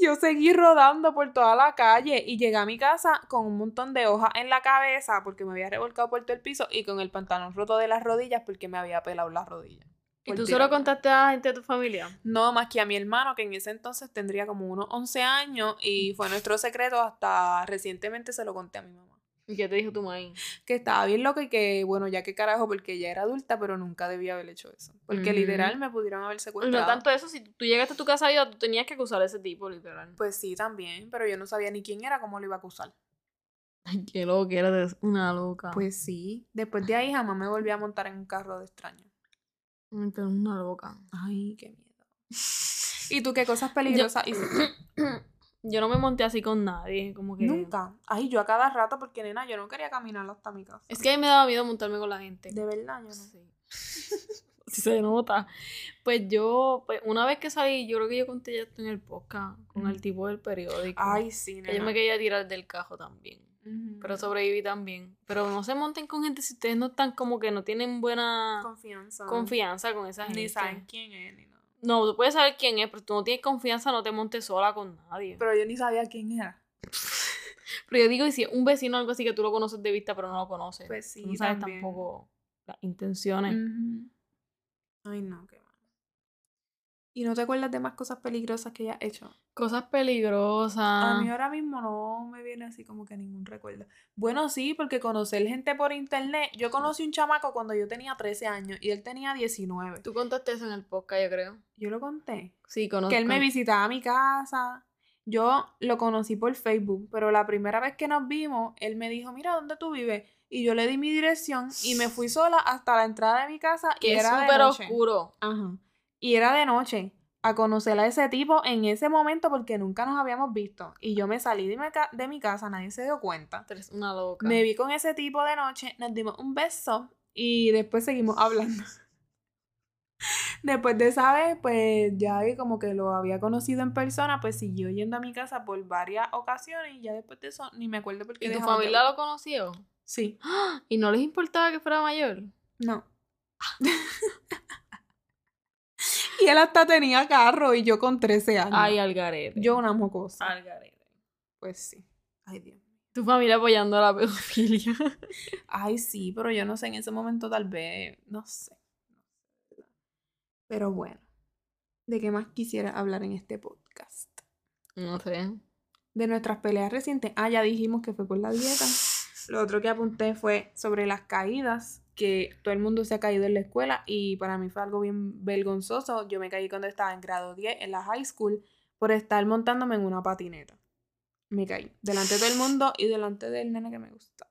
Speaker 2: Y yo seguí rodando por toda la calle y llegué a mi casa con un montón de hojas en la cabeza porque me había revolcado por todo el piso y con el pantalón roto de las rodillas porque me había pelado las rodillas.
Speaker 3: ¿Y
Speaker 2: por
Speaker 3: tú
Speaker 2: tirarme.
Speaker 3: solo contaste a la gente de tu familia?
Speaker 2: No, más que a mi hermano, que en ese entonces tendría como unos 11 años y fue nuestro secreto hasta recientemente se lo conté a mi mamá.
Speaker 3: ¿Y qué te dijo tu maíz?
Speaker 2: Que estaba bien loco y que, bueno, ya que carajo, porque ella era adulta, pero nunca debía haber hecho eso. Porque
Speaker 3: Ujú.
Speaker 2: literal me pudieron haber
Speaker 3: Mm. Pues No
Speaker 2: secuestrado.
Speaker 3: tanto eso, si tú llegaste a tu casa viva, tú tenías que acusar a ese tipo, literal.
Speaker 2: Pues sí, también, pero yo no sabía ni quién era, cómo lo iba a acusar.
Speaker 3: Ay, qué loca, eres una loca. Pues,
Speaker 2: Pues sí, después de ahí jamás me volví a montar en un carro de extraño.
Speaker 3: una loca.
Speaker 2: Ay, qué miedo. ¿Y tú qué cosas peligrosas hiciste?
Speaker 3: Yo no me monté así con nadie, como que...
Speaker 2: Nunca. Ay, yo a cada rato, porque nena, yo no quería caminar hasta mi casa.
Speaker 3: Es que a mí me daba miedo montarme con la gente.
Speaker 2: De verdad, yo no.
Speaker 3: Sí. Sí se nota. Pues yo, pues una vez que salí, yo creo que yo conté ya esto en el podcast con el tipo del periódico.
Speaker 2: Ay, sí,
Speaker 3: que yo
Speaker 2: nena.
Speaker 3: me quería tirar del cajo también.
Speaker 2: Ujú.
Speaker 3: Pero sobreviví también. Pero no se monten con gente si ustedes no están como que no tienen buena
Speaker 2: confianza.
Speaker 3: Ah. confianza con esa gente.
Speaker 2: Ni saben quién es, ni nada.
Speaker 3: No, tú puedes saber quién es, pero tú no tienes confianza, no te montes sola con nadie. Pero,
Speaker 2: Pero yo ni sabía quién era.
Speaker 3: yo digo, y si es un vecino o algo así que tú lo conoces de vista, pero no lo conoces.
Speaker 2: Pues sí,
Speaker 3: tú no sabes
Speaker 2: también. Mm.
Speaker 3: tampoco las intenciones.
Speaker 2: Ujú. Ay, no, qué mal. ¿Y no te acuerdas de más cosas peligrosas que hayas hecho?
Speaker 3: Cosas peligrosas.
Speaker 2: A mí ahora mismo no me viene así como que ningún recuerdo. Bueno, sí, porque conocer gente por internet. Yo conocí un chamaco cuando yo tenía 13 años y él tenía 19.
Speaker 3: Tú contaste eso en el podcast, yo creo.
Speaker 2: Yo lo conté.
Speaker 3: Sí, conozco.
Speaker 2: que él me visitaba a mi casa. Yo lo conocí por Facebook, pero la primera vez que nos vimos, él me dijo, mira, ¿dónde tú vives? Y yo le di mi dirección y me fui sola hasta la entrada de mi casa y
Speaker 3: Que es
Speaker 2: era de
Speaker 3: súper
Speaker 2: noche.
Speaker 3: oscuro.
Speaker 2: Ajá. Y era de noche a conocer a ese tipo en ese momento porque nunca nos habíamos visto. Y yo me salí de mi, ca- de mi casa, nadie se dio cuenta.
Speaker 3: Tú eres una loca.
Speaker 2: Me vi con ese tipo de noche, nos dimos un beso y después seguimos hablando. Después de esa vez, pues ya vi como que lo había conocido en persona, pues siguió yendo a mi casa por varias ocasiones y ya después de eso ni me acuerdo por qué.
Speaker 3: ¿Y tu
Speaker 2: dejamos de
Speaker 3: familia
Speaker 2: hablar.
Speaker 3: lo conoció?
Speaker 2: Sí,
Speaker 3: ¿Y no les importaba que fuera mayor?
Speaker 2: no. y él hasta tenía carro y yo con 13 años.
Speaker 3: Ay, Algarete.
Speaker 2: yo una mocosa.
Speaker 3: Algarete.
Speaker 2: Pues sí. Ay, Dios.
Speaker 3: Tu familia apoyando a la pedofilia.
Speaker 2: Ay, sí, pero yo no sé, en ese momento tal vez, no sé. Pero bueno, ¿de qué más quisiera hablar en este podcast?
Speaker 3: No sé.
Speaker 2: De nuestras peleas recientes. Ah, ya dijimos que fue por la dieta. Lo otro que apunté fue sobre las caídas, que todo el mundo se ha caído en la escuela y para mí fue algo bien vergonzoso. Yo me caí cuando estaba en grado 10 en la high school por estar montándome en una patineta. Me caí delante de todo el mundo y delante del nene que me gusta.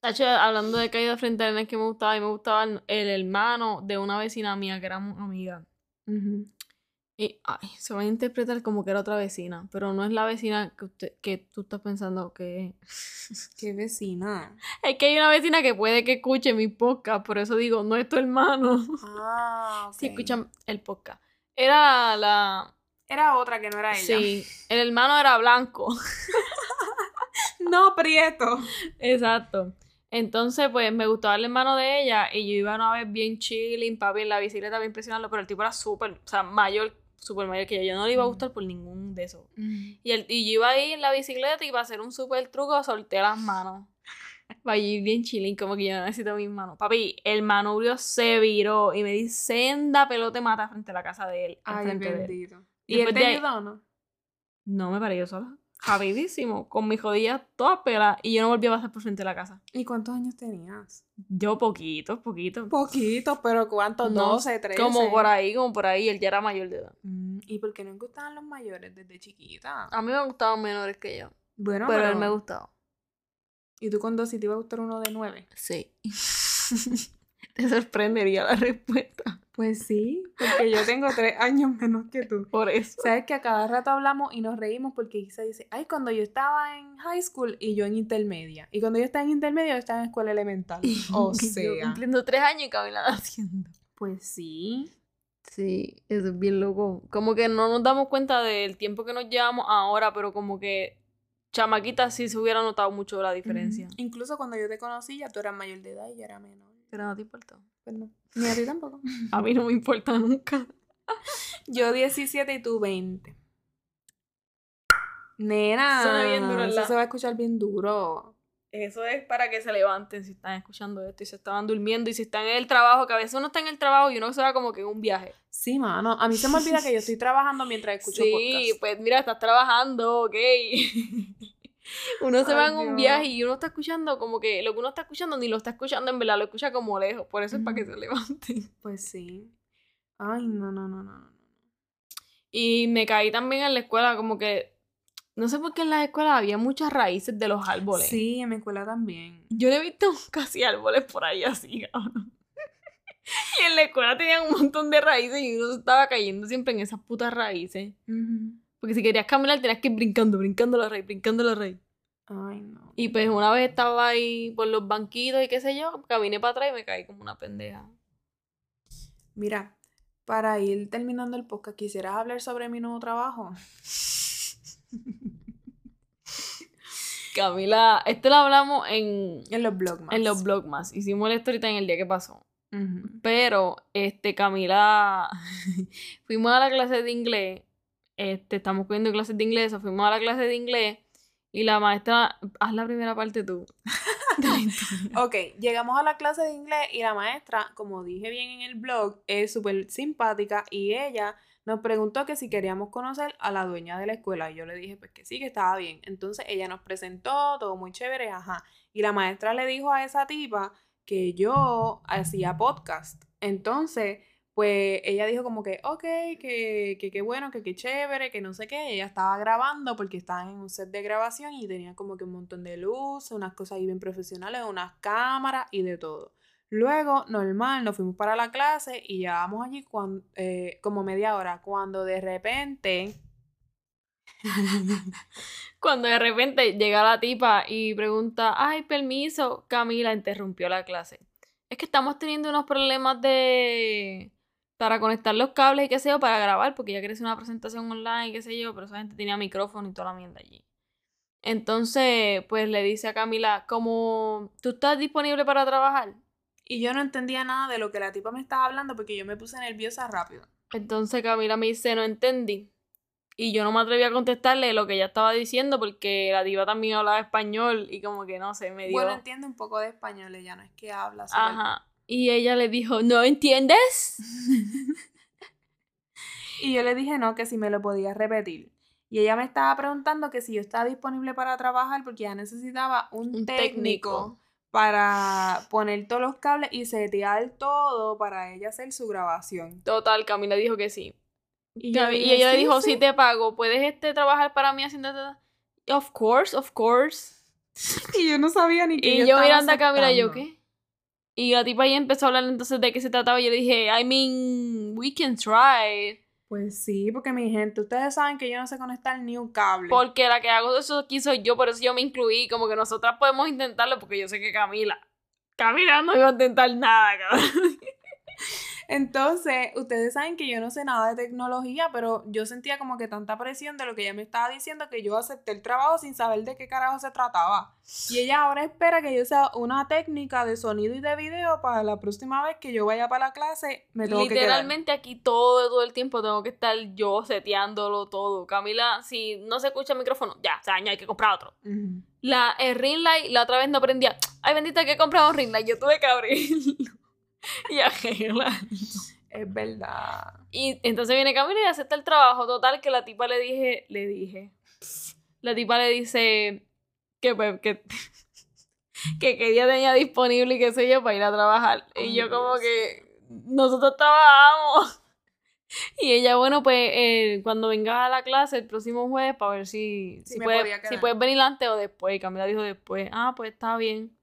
Speaker 3: Tacho, hablando de caída frente a nenas que me gustaba, a mí me gustaba el, el hermano de una vecina mía que era mu- amiga.
Speaker 2: Ujú.
Speaker 3: Y ay, se va a interpretar como que era otra vecina, pero no es la vecina que, usted, que tú estás pensando que es.
Speaker 2: Qué vecina.
Speaker 3: Es que hay una vecina que puede que escuche mi podcast, por eso digo, no es tu hermano.
Speaker 2: Ah,
Speaker 3: Si escuchan el podcast. Era la.
Speaker 2: Era otra que no era ella.
Speaker 3: Sí, el hermano era blanco.
Speaker 2: No, Prieto.
Speaker 3: Exacto. Entonces, pues me gustaba el hermano de ella y yo iba una vez bien chilling, papi en la bicicleta, bien impresionante, pero el tipo era súper, o sea, mayor, súper mayor que yo. Yo no le iba a gustar por ningún de esos. Y, el, y yo iba ahí en la bicicleta y para hacer un súper truco solté las manos. Para ir bien chilling, como que yo no necesito mis manos. Papi, el manubrio se viró y me di senda pelote mata frente a la casa de él. al
Speaker 2: Ay,
Speaker 3: frente de él.
Speaker 2: bendito.
Speaker 3: Y
Speaker 2: ¿Y él
Speaker 3: después
Speaker 2: te
Speaker 3: de ahí-
Speaker 2: ayudó o no?
Speaker 3: No me paré yo sola. Rapidísimo, con mis rodillas todas peladas y yo no volví a pasar por frente a la casa.
Speaker 2: ¿Y cuántos años tenías?
Speaker 3: Yo poquito, poquito.
Speaker 2: Poquitos, pero ¿cuántos?
Speaker 3: No,
Speaker 2: 12, 13.
Speaker 3: Como por ahí, como por ahí, él ya era mayor de edad.
Speaker 2: Mm, ¿Y por qué no gustaban los mayores desde chiquita?
Speaker 3: A mí me gustaban menores que yo,
Speaker 2: bueno,
Speaker 3: Ah, pero él me gustaba.
Speaker 2: ¿Y tú con 12 te iba a gustar uno de 9?
Speaker 3: Sí. Te sorprendería la respuesta.
Speaker 2: Pues sí, porque yo tengo 3 años menos que tú.
Speaker 3: Por eso.
Speaker 2: Sabes que a cada rato hablamos y nos reímos porque Isa dice, ay, cuando yo estaba en high school y yo en intermedia. Y cuando yo estaba en intermedia, yo estaba en escuela elemental. O
Speaker 3: Yo
Speaker 2: sea.
Speaker 3: cumpliendo tres años y Camila haciendo.
Speaker 2: Pues sí.
Speaker 3: Sí, eso es bien loco. Como que no nos damos cuenta del tiempo que nos llevamos ahora, pero como que chamaquita sí se hubiera notado mucho la diferencia.
Speaker 2: Ujú. Incluso cuando yo te conocí, ya tú eras mayor de edad y yo era menor.
Speaker 3: Pero no te importó.
Speaker 2: Pues no. Ni a ti tampoco.
Speaker 3: A mí no me importa nunca.
Speaker 2: Yo 17 y tú 20. Nena.
Speaker 3: Suena bien duro,
Speaker 2: Eso
Speaker 3: ¿verdad?
Speaker 2: se va a escuchar bien duro.
Speaker 3: Eso es para que se levanten si están escuchando esto y se estaban durmiendo y si están en el trabajo, que a veces uno está en el trabajo y uno se va como que en un viaje.
Speaker 2: Sí, mano. A mí se me olvida que yo estoy trabajando mientras escucho
Speaker 3: sí,
Speaker 2: podcast.
Speaker 3: pues mira, estás trabajando, ok. uno se va
Speaker 2: Ay,
Speaker 3: en un
Speaker 2: Dios.
Speaker 3: viaje y uno está escuchando como que lo que uno está escuchando ni lo está escuchando, en verdad lo escucha como lejos, por eso es para que
Speaker 2: Ujú.
Speaker 3: se levanten.
Speaker 2: Pues sí. Ay, no, no, no, no. no.
Speaker 3: Y me caí también en la escuela, como que no sé por qué en las escuelas había muchas raíces de los árboles.
Speaker 2: Sí, en mi escuela también.
Speaker 3: Yo le he visto casi árboles por ahí así, cabrón. Y en la escuela tenían un montón de raíces y uno se estaba cayendo siempre en esas putas raíces.
Speaker 2: Ujú.
Speaker 3: Porque si querías caminar tenías que ir brincando, brincando la raíz, brincando la raíz.
Speaker 2: Ay, no.
Speaker 3: Y pues una vez estaba ahí por los banquitos y qué sé yo, caminé para atrás y me caí como una pendeja.
Speaker 2: Mira, para ir terminando el podcast, ¿quisieras hablar sobre mi nuevo trabajo?
Speaker 3: Camila, esto lo hablamos en,
Speaker 2: En los blogmas.
Speaker 3: en los blogmas. Hicimos la ahorita en el día que pasó.
Speaker 2: Ujú.
Speaker 3: Pero, este, Camila, fuimos a la clase de inglés, este, estamos cogiendo clases de inglés, o fuimos a la clase de inglés y la maestra, haz la primera parte tú. de la historia.
Speaker 2: Ok, llegamos a la clase de inglés y la maestra, como dije bien en el blog, es súper simpática y ella nos preguntó que si queríamos conocer a la dueña de la escuela. Y yo le dije, pues que sí, que estaba bien. Entonces ella nos presentó, todo muy chévere, ajá. Y la maestra le dijo a esa tipa que yo hacía podcast. Entonces, pues ella dijo como que, ok, que que qué bueno, que qué chévere, que no sé qué. Ella estaba grabando porque estaban en un set de grabación y tenía como que un montón de luz, unas cosas ahí bien profesionales, unas cámaras y de todo. Luego, normal, nos fuimos para la clase y llevábamos allí cuan- eh, como media hora, cuando de repente...
Speaker 3: Cuando de repente llega la tipa y pregunta, ay, permiso, Camila interrumpió la clase. Es que estamos teniendo unos problemas de... para conectar los cables y qué sé yo, para grabar, porque ella quería hacer una presentación online y qué sé yo, pero esa gente tenía micrófono y toda la mierda allí. Entonces, pues le dice a Camila, como, ¿tú estás disponible para trabajar?
Speaker 2: Y yo no entendía nada de lo que la tipa me estaba hablando porque yo me puse nerviosa rápido.
Speaker 3: Entonces Camila me dice, no entendí. Y yo no me atreví a contestarle lo que ella estaba diciendo porque la diva también hablaba español y como que no sé, me dio...
Speaker 2: Bueno, entiende un poco de español, ella no es que habla. súper-
Speaker 3: Ajá. Y ella le dijo, ¿no entiendes?
Speaker 2: Y yo le dije no, que si me lo podía repetir. Y ella me estaba preguntando que si yo estaba disponible para trabajar porque ella necesitaba un,
Speaker 3: Un
Speaker 2: técnico
Speaker 3: técnico.
Speaker 2: para poner todos los cables y setear todo para ella hacer su grabación.
Speaker 3: Total, Camila dijo que sí.
Speaker 2: Y
Speaker 3: Y,
Speaker 2: yo dije,
Speaker 3: ella le
Speaker 2: "Sí,
Speaker 3: dijo,
Speaker 2: sí".
Speaker 3: sí. te pago, ¿puedes este, trabajar para mí haciendo... ta- ta?" Of course, of course.
Speaker 2: Y yo no sabía ni yo
Speaker 3: Y yo,
Speaker 2: estaba
Speaker 3: mirando a Camila, yo,
Speaker 2: aceptando.
Speaker 3: ¿qué? Y la tipa ahí empezó a hablar entonces de qué se trataba. Y yo le dije, I mean, we can try.
Speaker 2: Pues sí, porque mi gente, ustedes saben que yo no sé conectar ni un cable.
Speaker 3: Porque la que hago eso aquí soy yo, por eso yo me incluí. Como que nosotras podemos intentarlo, porque yo sé que Camila. Camila no iba a intentar nada, cabrón.
Speaker 2: Entonces, ustedes saben que yo no sé nada de tecnología, pero yo sentía como que tanta presión de lo que ella me estaba diciendo que yo acepté el trabajo sin saber de qué carajo se trataba. Y ella ahora espera que yo sea una técnica de sonido y de video para la próxima vez que yo vaya para la clase, me tengo
Speaker 3: Literalmente aquí todo, todo el tiempo tengo que estar yo seteándolo todo. Camila, si no se escucha el micrófono, ya, se dañó, hay que comprar otro.
Speaker 2: que quedar. Ujú.
Speaker 3: La, el ring light, la otra vez no prendía. Ay, bendita que he comprado un ring light. Yo tuve que abrirlo y arreglar.
Speaker 2: Es verdad.
Speaker 3: Y entonces viene Camila y acepta el trabajo. Total, que la tipa le dije, le dije. La tipa le dice que, pues, que, que qué día tenía disponible y qué sé yo para ir a trabajar.
Speaker 2: Ay,
Speaker 3: y yo como
Speaker 2: Oh, Dios.
Speaker 3: que nosotros trabajamos. Y ella, bueno, pues eh, cuando venga a la clase el próximo jueves para ver si,
Speaker 2: Si
Speaker 3: si,
Speaker 2: me
Speaker 3: puedes,
Speaker 2: podía
Speaker 3: si
Speaker 2: quedar.
Speaker 3: puedes venir antes o después. Y Camila dijo después, ah, pues está bien.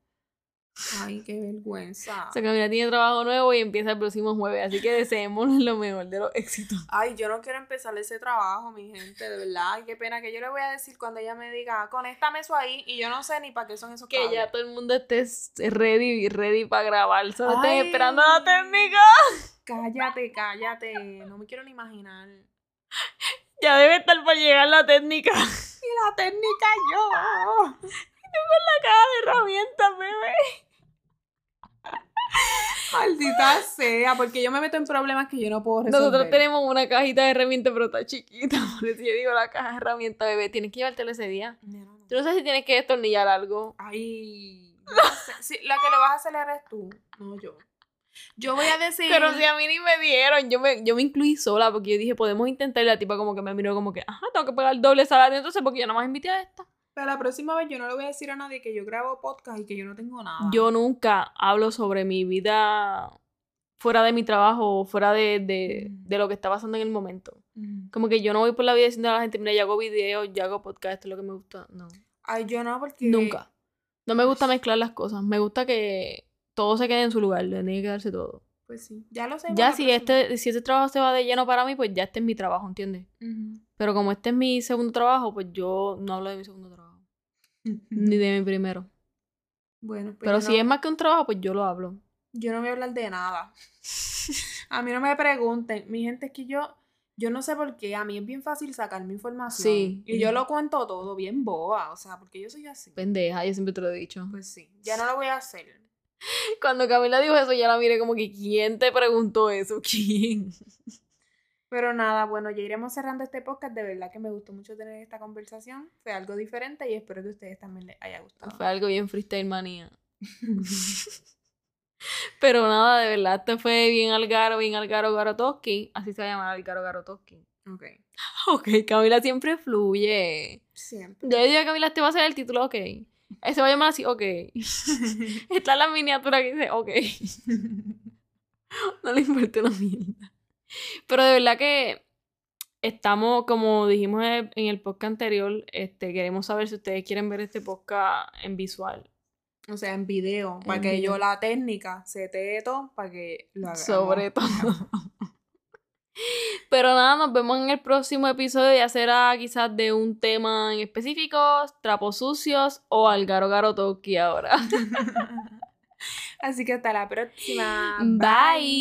Speaker 2: Ay, qué vergüenza.
Speaker 3: O sea, Camila tiene trabajo nuevo y empieza el próximo jueves. Así que deseemos lo mejor de los éxitos.
Speaker 2: Ay, yo no quiero empezar ese trabajo, mi gente, de verdad. Ay, qué pena que yo le voy a decir cuando ella me diga, conéctame eso ahí, y yo no sé ni para qué son esos
Speaker 3: que
Speaker 2: cables.
Speaker 3: ya todo el mundo esté s- ready, ready para grabar. Solo
Speaker 2: Ay.
Speaker 3: estén esperando la técnica.
Speaker 2: Cállate, cállate. No me quiero ni imaginar. Y
Speaker 3: Ya debe estar para llegar la técnica.
Speaker 2: la técnica yo.
Speaker 3: La caja de herramientas, bebé.
Speaker 2: Maldita sea, porque yo me meto en problemas que yo no puedo resolver.
Speaker 3: Nosotros tenemos una cajita de herramientas, pero está chiquita. Por eso yo digo la caja de herramientas, bebé. Tienes que llevártelo ese día.
Speaker 2: No, no, no.
Speaker 3: Tú no sabes si tienes que destornillar algo.
Speaker 2: Ay. yo no sé. Sí, la que lo vas a hacer eres tú, no yo. Yo voy a decir.
Speaker 3: Pero si a mí ni me dieron, yo me, yo me incluí sola porque yo dije, podemos intentar. Y la tipa como que me miró como que, ajá, tengo que pagar el doble salario entonces porque yo nada más invité a esta.
Speaker 2: Pero la próxima vez yo no le voy a decir a nadie que yo grabo podcast y que yo no tengo nada.
Speaker 3: Yo nunca hablo sobre mi vida fuera de mi trabajo o fuera de, de-
Speaker 2: Mm.
Speaker 3: de lo que está pasando en el momento.
Speaker 2: Mm.
Speaker 3: Como que yo no voy por la vida diciendo a la gente, mira, yo hago videos, yo hago podcast, esto es lo que me gusta. No,
Speaker 2: Ay, yo no, porque.
Speaker 3: nunca. No me gusta mezclar las cosas. Me gusta que todo se quede en su lugar, le tiene que quedarse todo.
Speaker 2: Pues sí. Ya lo sé.
Speaker 3: Ya si este, si este trabajo se va de lleno para mí, pues ya este es mi trabajo, ¿entiendes? Pero como este es mi segundo trabajo, pues yo no hablo de mi segundo trabajo, ni de mi primero.
Speaker 2: Bueno, pues
Speaker 3: Pero
Speaker 2: yo
Speaker 3: si
Speaker 2: no-
Speaker 3: es más que un trabajo, pues yo lo hablo.
Speaker 2: Yo no voy a hablar de nada. A mí no me pregunten. Mi gente es que yo, yo no sé por qué. A mí es bien fácil sacar mi información.
Speaker 3: Sí.
Speaker 2: Y yo lo cuento todo bien boba. O sea, porque yo soy así.
Speaker 3: Pendeja, yo siempre te lo he dicho.
Speaker 2: Pues sí. Ya no lo voy a hacer.
Speaker 3: Cuando Camila dijo eso, ya la miré como que, ¿quién te preguntó eso? ¿Quién?
Speaker 2: Pero nada, bueno, ya iremos cerrando este podcast. De verdad que me gustó mucho tener esta conversación. Fue algo diferente y espero que a ustedes también les haya gustado.
Speaker 3: Fue algo bien freestyle manía. Pero nada, de verdad, este fue bien Algaro, bien Algaro Garotoski. Así se va a llamar Algaro Garotoski.
Speaker 2: ok.
Speaker 3: Ok, Camila siempre fluye.
Speaker 2: Siempre.
Speaker 3: Yo le digo a Camila, este va a ser el título, ok. Eh, Se va a llamar así, ok. Está la miniatura que dice, ok. No le importa una mierda. Pero de verdad que estamos, como dijimos en el- en el podcast anterior, este, queremos saber si ustedes quieren ver este podcast en visual.
Speaker 2: O sea, en video. para
Speaker 3: En
Speaker 2: que yo
Speaker 3: video.
Speaker 2: la técnica se te todo para que lo hagamos.
Speaker 3: Sobre todo. Pero nada, nos vemos en el próximo episodio. Ya será quizás de un tema en específico, trapos sucios o al garo garo toki ahora.
Speaker 2: Así que hasta la próxima.
Speaker 3: Bye.